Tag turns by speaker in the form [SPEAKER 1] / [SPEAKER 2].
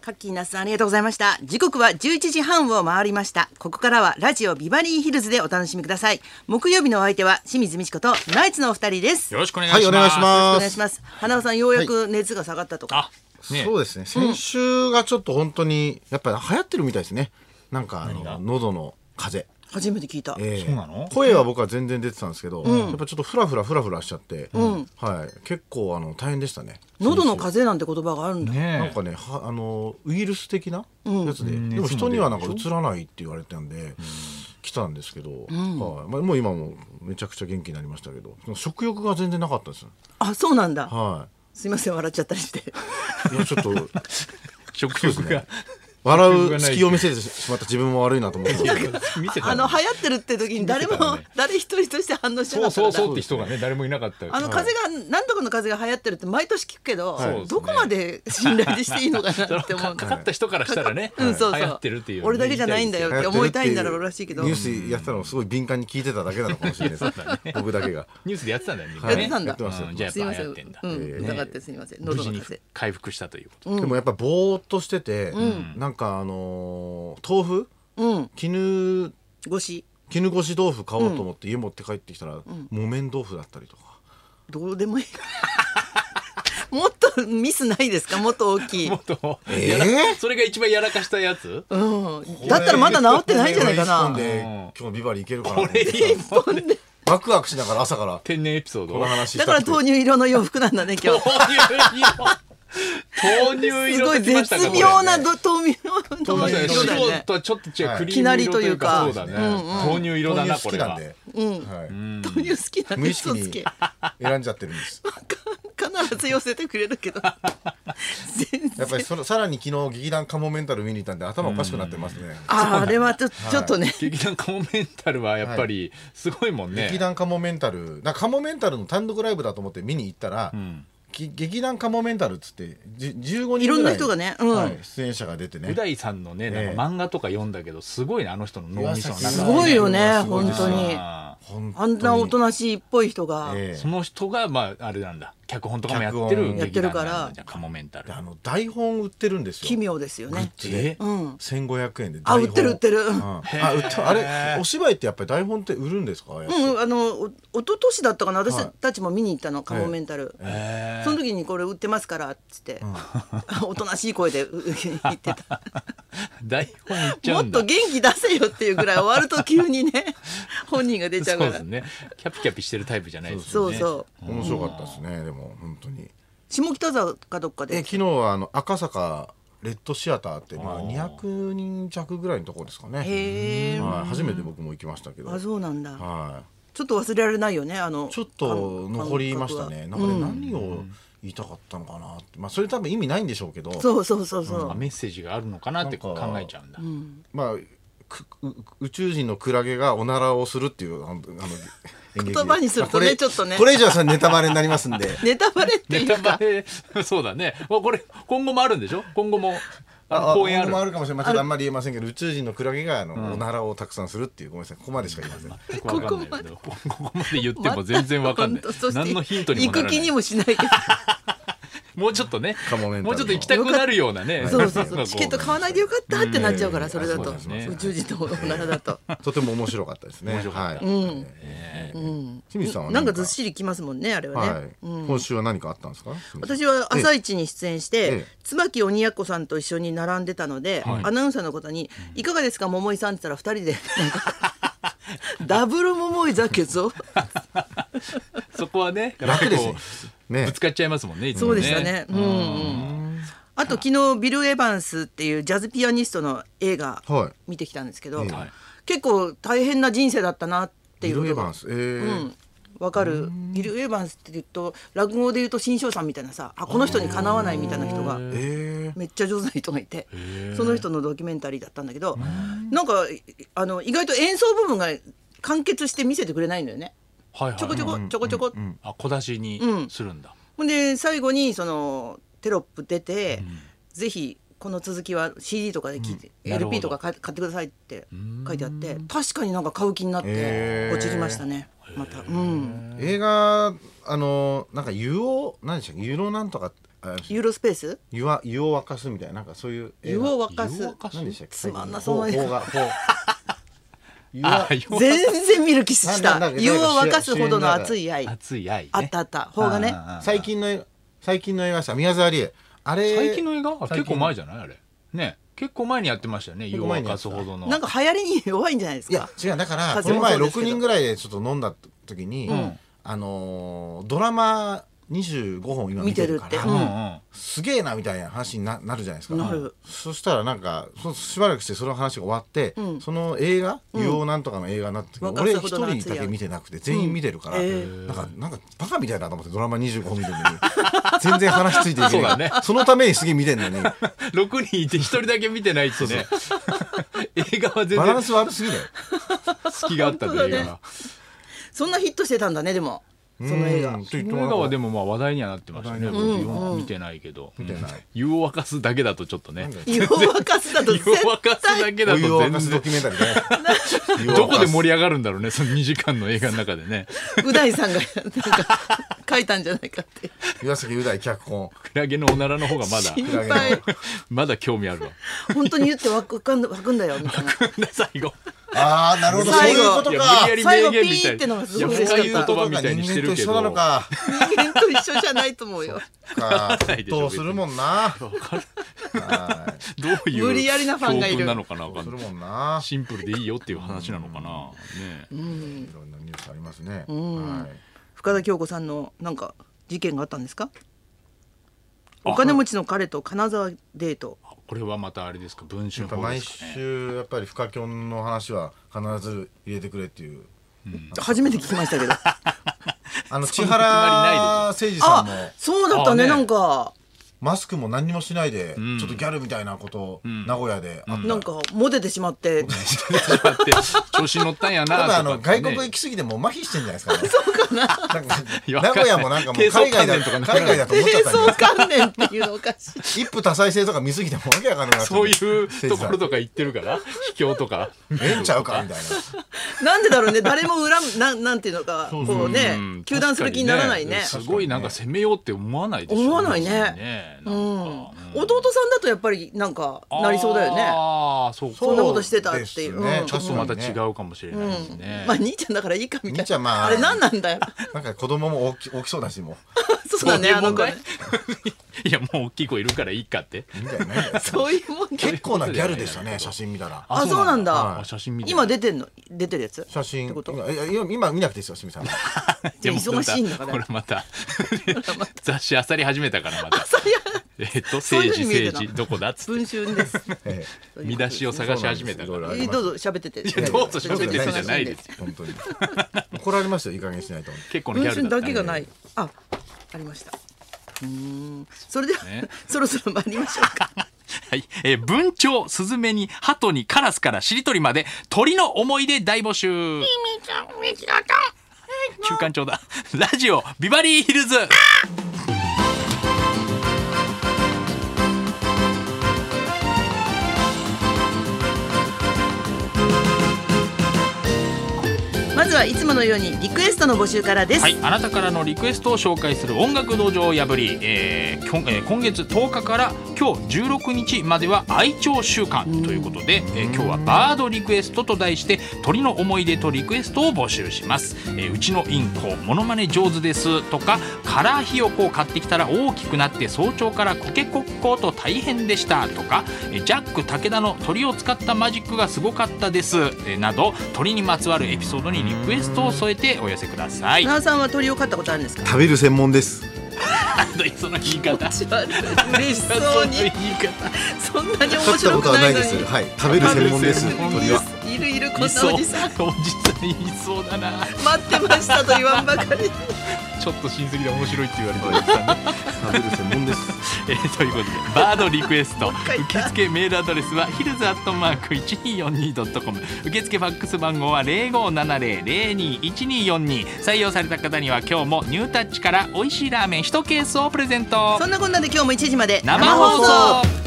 [SPEAKER 1] カッキーナスさんありがとうございました時刻は11時半を回りましたここからはラジオビバリーヒルズでお楽しみください木曜日のお相手は清水美智子とナイツのお二人です
[SPEAKER 2] よ
[SPEAKER 1] よ
[SPEAKER 2] ろしくお願い
[SPEAKER 3] はい、
[SPEAKER 2] し
[SPEAKER 3] お
[SPEAKER 2] ま
[SPEAKER 3] 願い
[SPEAKER 2] す。
[SPEAKER 1] ろ
[SPEAKER 3] し
[SPEAKER 1] しくお
[SPEAKER 3] ま
[SPEAKER 1] 願い
[SPEAKER 3] す。
[SPEAKER 1] します花尾さんようやく熱が下がったとか、
[SPEAKER 2] あ、ね、
[SPEAKER 3] そうですね。先週がちょっと本当に、やっぱり流行ってるみたいですね。なんか、あの、喉の風
[SPEAKER 1] 初めて聞いた、
[SPEAKER 3] 邪。ええ
[SPEAKER 2] そうなの
[SPEAKER 3] 声は僕は全然出てたんですけど、やっぱちょっとフラフラフラフラしちゃって、はい、結構あの大変でしたね。
[SPEAKER 1] 喉の風邪なんて言葉があるんだ、
[SPEAKER 2] ねえ
[SPEAKER 3] なんかね、はあのウイルス的なやつで、でも
[SPEAKER 2] 熱も
[SPEAKER 3] 人にはなんか映らないって言われてたんで。来たんですけど、はい、まあ、もう今もめちゃくちゃ元気になりましたけど、食欲が全然なかったです。
[SPEAKER 1] あそうなんだ、
[SPEAKER 3] は
[SPEAKER 1] すいません笑っちゃったり して
[SPEAKER 3] い。いや、ちょっと。
[SPEAKER 2] 食欲が。
[SPEAKER 3] 笑う隙を見せてしまった自分も悪いなと思ってますけど
[SPEAKER 2] 見てた
[SPEAKER 1] あ
[SPEAKER 2] の
[SPEAKER 1] の流行ってるって時に誰
[SPEAKER 2] 見てた
[SPEAKER 1] も、
[SPEAKER 2] ね
[SPEAKER 1] 誰一人として反応して
[SPEAKER 2] そ
[SPEAKER 1] なか
[SPEAKER 2] う
[SPEAKER 1] った
[SPEAKER 2] そ
[SPEAKER 1] ん
[SPEAKER 2] う
[SPEAKER 1] だ
[SPEAKER 2] そうって人がね、誰もいなかった。
[SPEAKER 1] あの風が何とかの風が流行ってるって毎年聞くけど、
[SPEAKER 2] いそうですね
[SPEAKER 1] どこまで信頼していいのかなって思う
[SPEAKER 2] かかった人からしたらね、
[SPEAKER 1] うん、そうそう
[SPEAKER 2] 流行ってるっていう。
[SPEAKER 1] 俺だけじ ゃないんだよって思いたいんだろうらしいけど
[SPEAKER 3] ニュースやってたのをすごい敏感に聞いてただけなのかもしれないです僕だけが
[SPEAKER 2] ニュースでやってたんだよね。
[SPEAKER 1] やってたんだ
[SPEAKER 2] うじゃあ
[SPEAKER 1] すい
[SPEAKER 2] やっ
[SPEAKER 1] ま
[SPEAKER 2] ぱ
[SPEAKER 1] せん、う
[SPEAKER 2] 流行ってんだ。
[SPEAKER 1] ん、疑ってすいません
[SPEAKER 2] 無
[SPEAKER 1] 喉
[SPEAKER 2] 事
[SPEAKER 1] の
[SPEAKER 2] に
[SPEAKER 1] 風
[SPEAKER 2] 回復したということ。
[SPEAKER 3] でもやっぱぼーっとしてて、なんかあのー豆腐
[SPEAKER 1] うん
[SPEAKER 3] 絹
[SPEAKER 1] ごし
[SPEAKER 3] 絹ごし豆腐買おうと思って家持って帰ってきたら、木綿豆腐だったりとか
[SPEAKER 1] どうでもいいもっとミスないですかもっと大きい、う
[SPEAKER 2] もっと、
[SPEAKER 3] え
[SPEAKER 2] やらそれが一番やらかしたやつ
[SPEAKER 1] ん、だったらまだ治ってないんじゃないか
[SPEAKER 3] こ
[SPEAKER 1] な
[SPEAKER 3] れ
[SPEAKER 2] うん
[SPEAKER 3] 一本で今日ビバリー行けるかな
[SPEAKER 2] こ
[SPEAKER 3] と思っ
[SPEAKER 2] れ
[SPEAKER 3] て
[SPEAKER 2] いいもんね
[SPEAKER 3] ワクワクしながら朝から
[SPEAKER 2] 天然エピソード。
[SPEAKER 3] この話し
[SPEAKER 1] だか
[SPEAKER 3] た
[SPEAKER 1] ら
[SPEAKER 3] くて
[SPEAKER 1] 豆乳色の洋服なんだね今日
[SPEAKER 2] 豆乳色。豆乳
[SPEAKER 1] す
[SPEAKER 2] 色
[SPEAKER 1] ご
[SPEAKER 2] と
[SPEAKER 1] い
[SPEAKER 2] きまし
[SPEAKER 1] 絶
[SPEAKER 2] たか。
[SPEAKER 1] 妙など豆乳
[SPEAKER 2] こ
[SPEAKER 1] の
[SPEAKER 2] れね
[SPEAKER 1] 色だよ
[SPEAKER 2] 白
[SPEAKER 1] ね
[SPEAKER 2] とはちょっと違う、
[SPEAKER 3] はい
[SPEAKER 2] クリーム色というか
[SPEAKER 1] きなりと
[SPEAKER 2] そうだ
[SPEAKER 1] いうか
[SPEAKER 2] ね、豆乳色だな
[SPEAKER 3] 豆
[SPEAKER 2] こ
[SPEAKER 3] 乳好き
[SPEAKER 2] れ
[SPEAKER 3] なん
[SPEAKER 2] は
[SPEAKER 3] で、はい
[SPEAKER 1] 豆乳好きなん
[SPEAKER 3] 無
[SPEAKER 1] で
[SPEAKER 3] 意識
[SPEAKER 1] 嘘つ
[SPEAKER 3] に
[SPEAKER 1] け
[SPEAKER 3] 選んじゃってるんです
[SPEAKER 1] 必ず寄せてくれる けど全
[SPEAKER 3] や
[SPEAKER 1] 然
[SPEAKER 3] っぱりそのさらに昨日劇団カモメンタル見に行ったんで頭おかしくなってますね。
[SPEAKER 1] あーあれはちょちょっとね、
[SPEAKER 2] 劇団カモメンタルはやっぱりすごいもんね、
[SPEAKER 3] 劇団カモメンタルなんかカモメンタルの単独ライブだと思って見に行ったら、き劇団カモメンタルっつってじ15人ぐらい
[SPEAKER 1] いろんな人がねうん
[SPEAKER 3] はい出演者が出てね
[SPEAKER 2] う大さんのねなんか漫画とか読んだけどすごいねあの人の脳みその
[SPEAKER 3] 岩崎
[SPEAKER 1] す
[SPEAKER 2] 中
[SPEAKER 3] さん
[SPEAKER 1] ごいよね
[SPEAKER 3] すごい
[SPEAKER 1] 本
[SPEAKER 3] です
[SPEAKER 1] 当
[SPEAKER 3] よ
[SPEAKER 1] に
[SPEAKER 2] あ
[SPEAKER 3] 本当
[SPEAKER 1] あんなおとなしいっぽい人が、
[SPEAKER 3] ええ
[SPEAKER 2] ーその人がまああれなんだ脚本とかもやって
[SPEAKER 3] 脚
[SPEAKER 2] る
[SPEAKER 3] 本
[SPEAKER 1] やって
[SPEAKER 2] 劇
[SPEAKER 1] る
[SPEAKER 2] 団
[SPEAKER 1] から
[SPEAKER 2] なんだじゃあカモメンタル
[SPEAKER 3] であの台本売ってるんですよ
[SPEAKER 1] 奇妙ですよね
[SPEAKER 2] え
[SPEAKER 1] うん
[SPEAKER 3] 1500円で台
[SPEAKER 1] あ
[SPEAKER 3] 本
[SPEAKER 1] 売ってる売ってる
[SPEAKER 3] うんあ売ってるあれお芝居ってやっぱり台本って売るんですか、やっぱり
[SPEAKER 1] うんあのお一昨年だったかな私
[SPEAKER 3] はい
[SPEAKER 1] たちも見に行ったの、カモメンタル、
[SPEAKER 2] え
[SPEAKER 1] その時にこれ売ってますからっつ って、おとなしい声でう言ってた
[SPEAKER 2] ー台本いっ ちゃ
[SPEAKER 1] も
[SPEAKER 2] う
[SPEAKER 1] っ
[SPEAKER 2] んだ
[SPEAKER 1] と元気出せよっていうぐらい終わると急に ね本人が出ちゃうか
[SPEAKER 2] そ
[SPEAKER 1] ら
[SPEAKER 2] うですねキャピキャピしてるタイプじゃないです
[SPEAKER 1] そ
[SPEAKER 2] よ
[SPEAKER 1] う
[SPEAKER 2] ね
[SPEAKER 1] そう
[SPEAKER 3] 面白かったですねでも本当に
[SPEAKER 1] 下北沢かどっか
[SPEAKER 3] え
[SPEAKER 1] で
[SPEAKER 3] 昨日はあの赤坂レッドシアターってまあ200人弱ぐらいのところですかね
[SPEAKER 1] へー
[SPEAKER 3] はい、初めて僕も行きましたけど
[SPEAKER 1] あそうなんだ、
[SPEAKER 3] は
[SPEAKER 1] ちょっと忘れられないよねあの
[SPEAKER 3] い、ちょっと残りましたね
[SPEAKER 1] 感
[SPEAKER 3] な
[SPEAKER 1] 覚
[SPEAKER 3] んか
[SPEAKER 1] は
[SPEAKER 3] ね、何を言いたかったのかなって、まあ、それ多分意味ないんでしょうけど
[SPEAKER 1] そうそうそうそう、
[SPEAKER 2] まあメッセージがあるのかなって考えちゃうんだ
[SPEAKER 3] まあくう宇宙人のクラゲがおならをするっていうあのあの演劇
[SPEAKER 1] 言葉にするとね
[SPEAKER 3] これ
[SPEAKER 1] ちょっとね
[SPEAKER 3] これ以上はそれネタバレになりますん で
[SPEAKER 1] ネタバレってい
[SPEAKER 2] ネ
[SPEAKER 1] う
[SPEAKER 2] タバレそうだねまあこれ今後もあるんでしょ今後もあの公演あ
[SPEAKER 3] 僕
[SPEAKER 2] る
[SPEAKER 3] もあるかもしれませんちょっとあんまり言えませんけど宇宙人のクラゲがあの、おならをたくさんするっていうごめんなさいここまでしか言いません
[SPEAKER 2] 全くわかんないけどここまで言っても全然わかんない
[SPEAKER 1] 全く本当そして
[SPEAKER 2] 何のヒントにもなら
[SPEAKER 1] 行く
[SPEAKER 2] な
[SPEAKER 1] 気に
[SPEAKER 2] い
[SPEAKER 1] もしないけど
[SPEAKER 2] もうちょっとね
[SPEAKER 3] カモメンタルの
[SPEAKER 2] もうちょっと行きたくなるようなね
[SPEAKER 1] そうそう
[SPEAKER 2] な
[SPEAKER 1] そ
[SPEAKER 2] んかこ
[SPEAKER 1] うチケット買わないでよかったってなっちゃうから
[SPEAKER 3] うん
[SPEAKER 1] それだ
[SPEAKER 2] そ
[SPEAKER 1] と
[SPEAKER 2] うですね
[SPEAKER 1] 宇宙人とおならだと
[SPEAKER 3] とても面白かったですね
[SPEAKER 2] 面白かった
[SPEAKER 3] はいえー清水さんは
[SPEAKER 1] なん
[SPEAKER 3] 何
[SPEAKER 1] かずっしりきますもんねあれは
[SPEAKER 3] は
[SPEAKER 1] ね
[SPEAKER 3] い、今週は何かあったんですか
[SPEAKER 1] 私は「朝一に出演して、
[SPEAKER 3] ええ
[SPEAKER 1] 椿鬼奴さんと一緒に並んでたので、アナウンサーの方に「いかがですか桃井さん」って言ったら二人で なんか「ダブル桃井だけど
[SPEAKER 2] そこはね
[SPEAKER 3] 楽です
[SPEAKER 2] やっぱ
[SPEAKER 3] ね
[SPEAKER 2] こう
[SPEAKER 3] ね
[SPEAKER 2] ぶつかっちゃいますもんねいつ
[SPEAKER 1] そ
[SPEAKER 2] も
[SPEAKER 1] うでしたね。うんうんあと昨日ビル・エヴァンスっていうジャズピアニストの映画
[SPEAKER 3] はい
[SPEAKER 1] 見てきたんですけど、
[SPEAKER 3] え
[SPEAKER 2] え
[SPEAKER 1] 結構大変な人生だったなってい
[SPEAKER 3] ビ
[SPEAKER 1] う
[SPEAKER 3] ル・エ
[SPEAKER 1] こと
[SPEAKER 3] ヴァ
[SPEAKER 1] が
[SPEAKER 3] ンス、えー
[SPEAKER 1] うんわかるビル・エヴァンスって言うと落語で言うと新章さんみたいなさあこの人にかなわないみたいな人が
[SPEAKER 3] え
[SPEAKER 1] めっちゃ上手な人がいてその人のドキュメンタリーだったんだけどなんかあの意外と演奏部分が完結して見せてくれないんだよね
[SPEAKER 2] はいはい
[SPEAKER 1] ちょこちょこちょこちょこ
[SPEAKER 2] あ小出しにするんだ
[SPEAKER 1] ほんで最後にそのテロップ出て、ぜひこの続きは CD とかで聞いて、
[SPEAKER 2] うんなるほど
[SPEAKER 1] LP とか買買ってくださいって書いてあって確かになんか買う気になって
[SPEAKER 3] へー
[SPEAKER 1] 落ちりましたね、また、うん
[SPEAKER 3] ー映画あのなんか「湯を何でしたっけ「湯のなんとか」あ
[SPEAKER 1] ユーロスペース
[SPEAKER 3] 湯は湯を沸かすみたいななんかそういう映
[SPEAKER 1] 湯
[SPEAKER 3] 画
[SPEAKER 1] を沸かす
[SPEAKER 2] 湯を沸かす
[SPEAKER 3] 何でしたっけ
[SPEAKER 1] つまんな
[SPEAKER 3] 最近の
[SPEAKER 1] そうな
[SPEAKER 3] 邦画邦 湯
[SPEAKER 2] あ
[SPEAKER 3] は
[SPEAKER 2] あよ
[SPEAKER 1] 全然見る気し
[SPEAKER 3] な
[SPEAKER 1] た
[SPEAKER 3] なな
[SPEAKER 1] 湯を沸かすほどの熱い愛
[SPEAKER 2] 熱い愛、ね、
[SPEAKER 1] あったあった方がね
[SPEAKER 2] ああああ
[SPEAKER 3] 最近の映画最近の映画さ宮沢りえあれ
[SPEAKER 2] 最近の映画
[SPEAKER 3] 最近
[SPEAKER 2] 結構前じゃないあれね結構前にやってましたよね湯
[SPEAKER 3] 結構
[SPEAKER 2] を
[SPEAKER 3] 前
[SPEAKER 2] 沸
[SPEAKER 3] にや
[SPEAKER 2] か
[SPEAKER 3] って
[SPEAKER 2] す
[SPEAKER 3] た
[SPEAKER 2] ほどの
[SPEAKER 1] なんか流行りに弱いんじゃないです
[SPEAKER 3] いや
[SPEAKER 1] か
[SPEAKER 3] 違うだからこ
[SPEAKER 1] 風
[SPEAKER 3] の
[SPEAKER 1] もそ
[SPEAKER 3] 前
[SPEAKER 1] うですけど
[SPEAKER 3] 6人ぐらいでちょっと飲んだ時に、
[SPEAKER 2] ん
[SPEAKER 3] あのードラマ25本今見てるか
[SPEAKER 1] 見て
[SPEAKER 3] ら、
[SPEAKER 1] るって
[SPEAKER 2] うん
[SPEAKER 1] う
[SPEAKER 2] うん
[SPEAKER 3] すげえなみたいな話にななるじゃないですか
[SPEAKER 1] なる
[SPEAKER 3] そしたらなんかそしばらくしてその話が終わって、
[SPEAKER 1] うん
[SPEAKER 3] その映画「湯王なんとか」の映画になって、
[SPEAKER 1] うん
[SPEAKER 3] 俺
[SPEAKER 1] 若
[SPEAKER 3] 一
[SPEAKER 1] 草ほどの熱い
[SPEAKER 3] 人だけ見てなくて全員見てるから、
[SPEAKER 1] うんえ
[SPEAKER 3] なんかなんかバカみたいだなと思ってドラマ25本見てるのに全然話ついてい け
[SPEAKER 2] そう
[SPEAKER 3] な
[SPEAKER 2] だ
[SPEAKER 3] い、
[SPEAKER 2] ね
[SPEAKER 3] そのためにすげえ見て るのにバ
[SPEAKER 2] 6人いて1人だけ見てないってね 映画は全
[SPEAKER 3] ラン
[SPEAKER 2] 然
[SPEAKER 3] ス悪すぎだよ。
[SPEAKER 2] 隙があったんだ
[SPEAKER 1] 本当だね
[SPEAKER 2] 映画が
[SPEAKER 1] そんなヒットしてたんだねで もその映
[SPEAKER 3] う
[SPEAKER 1] 画
[SPEAKER 3] ん
[SPEAKER 2] そ
[SPEAKER 3] と言って
[SPEAKER 2] の
[SPEAKER 3] も
[SPEAKER 2] 映
[SPEAKER 3] なん
[SPEAKER 2] 画
[SPEAKER 3] か
[SPEAKER 2] はでもまあ話題にはなってましたね
[SPEAKER 3] 話
[SPEAKER 2] 僕
[SPEAKER 3] 題
[SPEAKER 1] なって
[SPEAKER 3] に
[SPEAKER 2] 湯を
[SPEAKER 1] うん
[SPEAKER 2] 見てないけど
[SPEAKER 3] 見てない
[SPEAKER 2] 湯を沸かすだけだとちょっとね
[SPEAKER 3] なんだよ
[SPEAKER 1] 湯を沸かすだと
[SPEAKER 2] 湯を沸かすだけだ
[SPEAKER 3] お湯
[SPEAKER 2] と
[SPEAKER 3] を沸
[SPEAKER 2] 全
[SPEAKER 3] かすド
[SPEAKER 2] 然
[SPEAKER 3] キュメンタリー ね
[SPEAKER 2] どこで盛
[SPEAKER 3] り
[SPEAKER 2] り上がるんだろうねその2時間の映画の中でね
[SPEAKER 1] う大さんが なんか書いたんじゃないかって
[SPEAKER 3] 岩崎雄大脚本
[SPEAKER 2] クラゲのおならの方が まだ
[SPEAKER 1] 心
[SPEAKER 3] クラゲ
[SPEAKER 1] 配
[SPEAKER 2] まだ興味 あるわ
[SPEAKER 1] 本当に言って湧くかん湧くんだよみたいな
[SPEAKER 2] 最後
[SPEAKER 3] ああなるほどそう
[SPEAKER 1] 最後
[SPEAKER 3] いうこと
[SPEAKER 2] いや
[SPEAKER 3] か
[SPEAKER 2] 無理やり名言みた
[SPEAKER 1] 最後
[SPEAKER 2] い
[SPEAKER 1] ピーってのがすごい
[SPEAKER 2] や
[SPEAKER 1] 嬉し
[SPEAKER 2] 深い
[SPEAKER 1] か
[SPEAKER 2] 言
[SPEAKER 1] った
[SPEAKER 2] 葉みたいにしてるけ
[SPEAKER 3] 人間と一緒
[SPEAKER 2] ど
[SPEAKER 3] なのか
[SPEAKER 1] 人間と一緒じゃないと思うよ
[SPEAKER 3] か
[SPEAKER 2] ないでしょ
[SPEAKER 3] どうするもんなはい
[SPEAKER 2] どういう
[SPEAKER 1] 無理やりなファンがいる
[SPEAKER 2] 教訓なのかなわ
[SPEAKER 3] ど
[SPEAKER 2] か
[SPEAKER 3] うす
[SPEAKER 2] ん
[SPEAKER 3] る
[SPEAKER 2] ない
[SPEAKER 3] もんな
[SPEAKER 2] シンプルでいいよっていう話なのかなね
[SPEAKER 3] いろんなニュースありますねはい
[SPEAKER 1] 深田恭子さんのなんか事件があったんですか
[SPEAKER 2] あ
[SPEAKER 1] お金持ちの彼と金沢デート
[SPEAKER 2] これはまたあれですか文
[SPEAKER 3] や
[SPEAKER 2] 春
[SPEAKER 3] っぱ
[SPEAKER 2] 法で
[SPEAKER 3] 毎
[SPEAKER 2] すかね
[SPEAKER 3] 週やっぱりフカキョンの話は必ず入れてくれっていう
[SPEAKER 1] 初めて聞きました けど
[SPEAKER 3] あの
[SPEAKER 2] そ
[SPEAKER 3] 千
[SPEAKER 2] んな決まり
[SPEAKER 3] 原誠二さんも
[SPEAKER 1] あそうだったね
[SPEAKER 2] あね
[SPEAKER 1] なんか毎
[SPEAKER 3] マスクも何にもしないで
[SPEAKER 2] ん
[SPEAKER 3] ちょっとギャルみたいなことを名古屋であった
[SPEAKER 1] なんかモテてしまって
[SPEAKER 2] 始まって調子に乗ったんやな
[SPEAKER 3] た
[SPEAKER 2] と
[SPEAKER 3] だ
[SPEAKER 2] か
[SPEAKER 3] あの外国行
[SPEAKER 2] ね
[SPEAKER 3] きすぎてもう麻痺してんじゃないですか ねそうかな
[SPEAKER 2] や
[SPEAKER 3] 名古屋もなんかもう海外だ
[SPEAKER 2] 低層観念とか
[SPEAKER 3] 海外だと思っちゃ
[SPEAKER 1] 低
[SPEAKER 3] ったんじゃない
[SPEAKER 1] 層関連っていうのおかしい
[SPEAKER 3] 一夫多妻制とか見すぎてもわけわかんない
[SPEAKER 2] そういうところ
[SPEAKER 3] と
[SPEAKER 2] とか言ってる から秘境とか
[SPEAKER 3] ええんちゃうかみたい な
[SPEAKER 1] なんでだろうね誰も恨むなんなんていうのかこうね
[SPEAKER 2] うん
[SPEAKER 1] 糾弾する気にならないね
[SPEAKER 2] 確かにすごいなんか攻めようって思わないでしょ
[SPEAKER 1] 思わないね
[SPEAKER 2] ねなんか
[SPEAKER 1] うん弟さんだとやっぱりなんかなりそうだよね
[SPEAKER 2] ああそうか
[SPEAKER 1] そんなことしてたっていう
[SPEAKER 3] そうですね
[SPEAKER 1] うん
[SPEAKER 2] ちょっとまた違
[SPEAKER 3] 確か
[SPEAKER 2] うかもしれないですね、
[SPEAKER 1] まあ兄ちゃんだからいいかみたいな
[SPEAKER 3] 兄ちゃんまあ
[SPEAKER 1] あれ何なんだよ
[SPEAKER 3] なんか子供も大き大きそうだしも
[SPEAKER 1] そう だねあの子ね
[SPEAKER 2] いやもう大きい子いるからいいかって
[SPEAKER 3] うみたい な
[SPEAKER 1] そういうもんだ
[SPEAKER 3] 結構なギャルでしたね写真見たら
[SPEAKER 1] あそうなん
[SPEAKER 2] あ
[SPEAKER 1] だ
[SPEAKER 2] 写真見て
[SPEAKER 1] 今出てんの出てるやつ
[SPEAKER 3] 写真
[SPEAKER 1] ってこと
[SPEAKER 3] 今いや今今見なくていいですよ清水さんは
[SPEAKER 1] じゃあ忙しいんだから
[SPEAKER 2] これまた雑誌あさり始めたからまたえっと
[SPEAKER 1] そういうふ
[SPEAKER 2] 政
[SPEAKER 1] う
[SPEAKER 2] 治
[SPEAKER 1] に見えて
[SPEAKER 2] 政
[SPEAKER 1] た
[SPEAKER 2] 治どこだっつって
[SPEAKER 1] 文春です。
[SPEAKER 3] え
[SPEAKER 2] 見出しを探し始めたか
[SPEAKER 3] そう
[SPEAKER 2] ら
[SPEAKER 3] なん
[SPEAKER 1] えーどうぞ喋ってて。
[SPEAKER 2] いやどうぞ喋って
[SPEAKER 3] て
[SPEAKER 2] じゃないです
[SPEAKER 3] え本当に怒られますよいい加減しないと
[SPEAKER 2] 結構のギ
[SPEAKER 1] 文
[SPEAKER 2] ャル
[SPEAKER 1] 春
[SPEAKER 2] だっ
[SPEAKER 1] だ
[SPEAKER 2] た
[SPEAKER 1] け
[SPEAKER 2] ね
[SPEAKER 1] がない。あ、ありました。うーん。それでは、
[SPEAKER 2] ね
[SPEAKER 1] そろそろ参りましょうか。
[SPEAKER 2] はい、えー文鳥スズメに鳩にカラスからしりとりまで鳥の思い出大募集中間長だラジオビバリーヒルズ
[SPEAKER 1] まずはいつものようにリクエストの募集からです。
[SPEAKER 2] はい、あなたからのリクエストを紹介する音楽道場を破り、えーきょんえー今月10日から今日16日までは愛鳥週間ということで、えー今日はバードリクエストと題して鳥の思い出とリクエストを募集します、えーうちのインコモノマネ上手ですとかカラーひよこを買ってきたら大きくなって早朝からコケコッコーと大変でしたとかえージャック武田の鳥を使ったマジックがすごかったですえーなど鳥にまつわるエピソードにリクエストを添えてお寄せください
[SPEAKER 1] なおさんは鳥を飼ったことあるん ですか。
[SPEAKER 3] 食べる専門です
[SPEAKER 2] その言い方。
[SPEAKER 1] 気持ち悪い嬉しそうにそんなに面白くないのに。
[SPEAKER 3] い食べ
[SPEAKER 1] る専
[SPEAKER 2] 門です
[SPEAKER 1] いるいるいるこんなお
[SPEAKER 2] いそう。お
[SPEAKER 1] じ
[SPEAKER 2] じ
[SPEAKER 1] さん
[SPEAKER 2] さんいそうだな。
[SPEAKER 1] 待ってましたと言わんばか り。
[SPEAKER 2] ちょっと親戚で面白いって言われたおじさんね。
[SPEAKER 3] 食べる専門です
[SPEAKER 2] えーということでバードリクエ スト
[SPEAKER 1] 回言っ
[SPEAKER 2] 受
[SPEAKER 1] た
[SPEAKER 2] 付メールアドレスはヒルズアットマーク一二四二ドットコム。受付ファックス番号は零五七零零二一二四二。採用された方には今日もニュータッチから美味しいラーメン一ケースをプレゼント
[SPEAKER 1] そ。んなこんなで今日も1時まで
[SPEAKER 2] 生放送。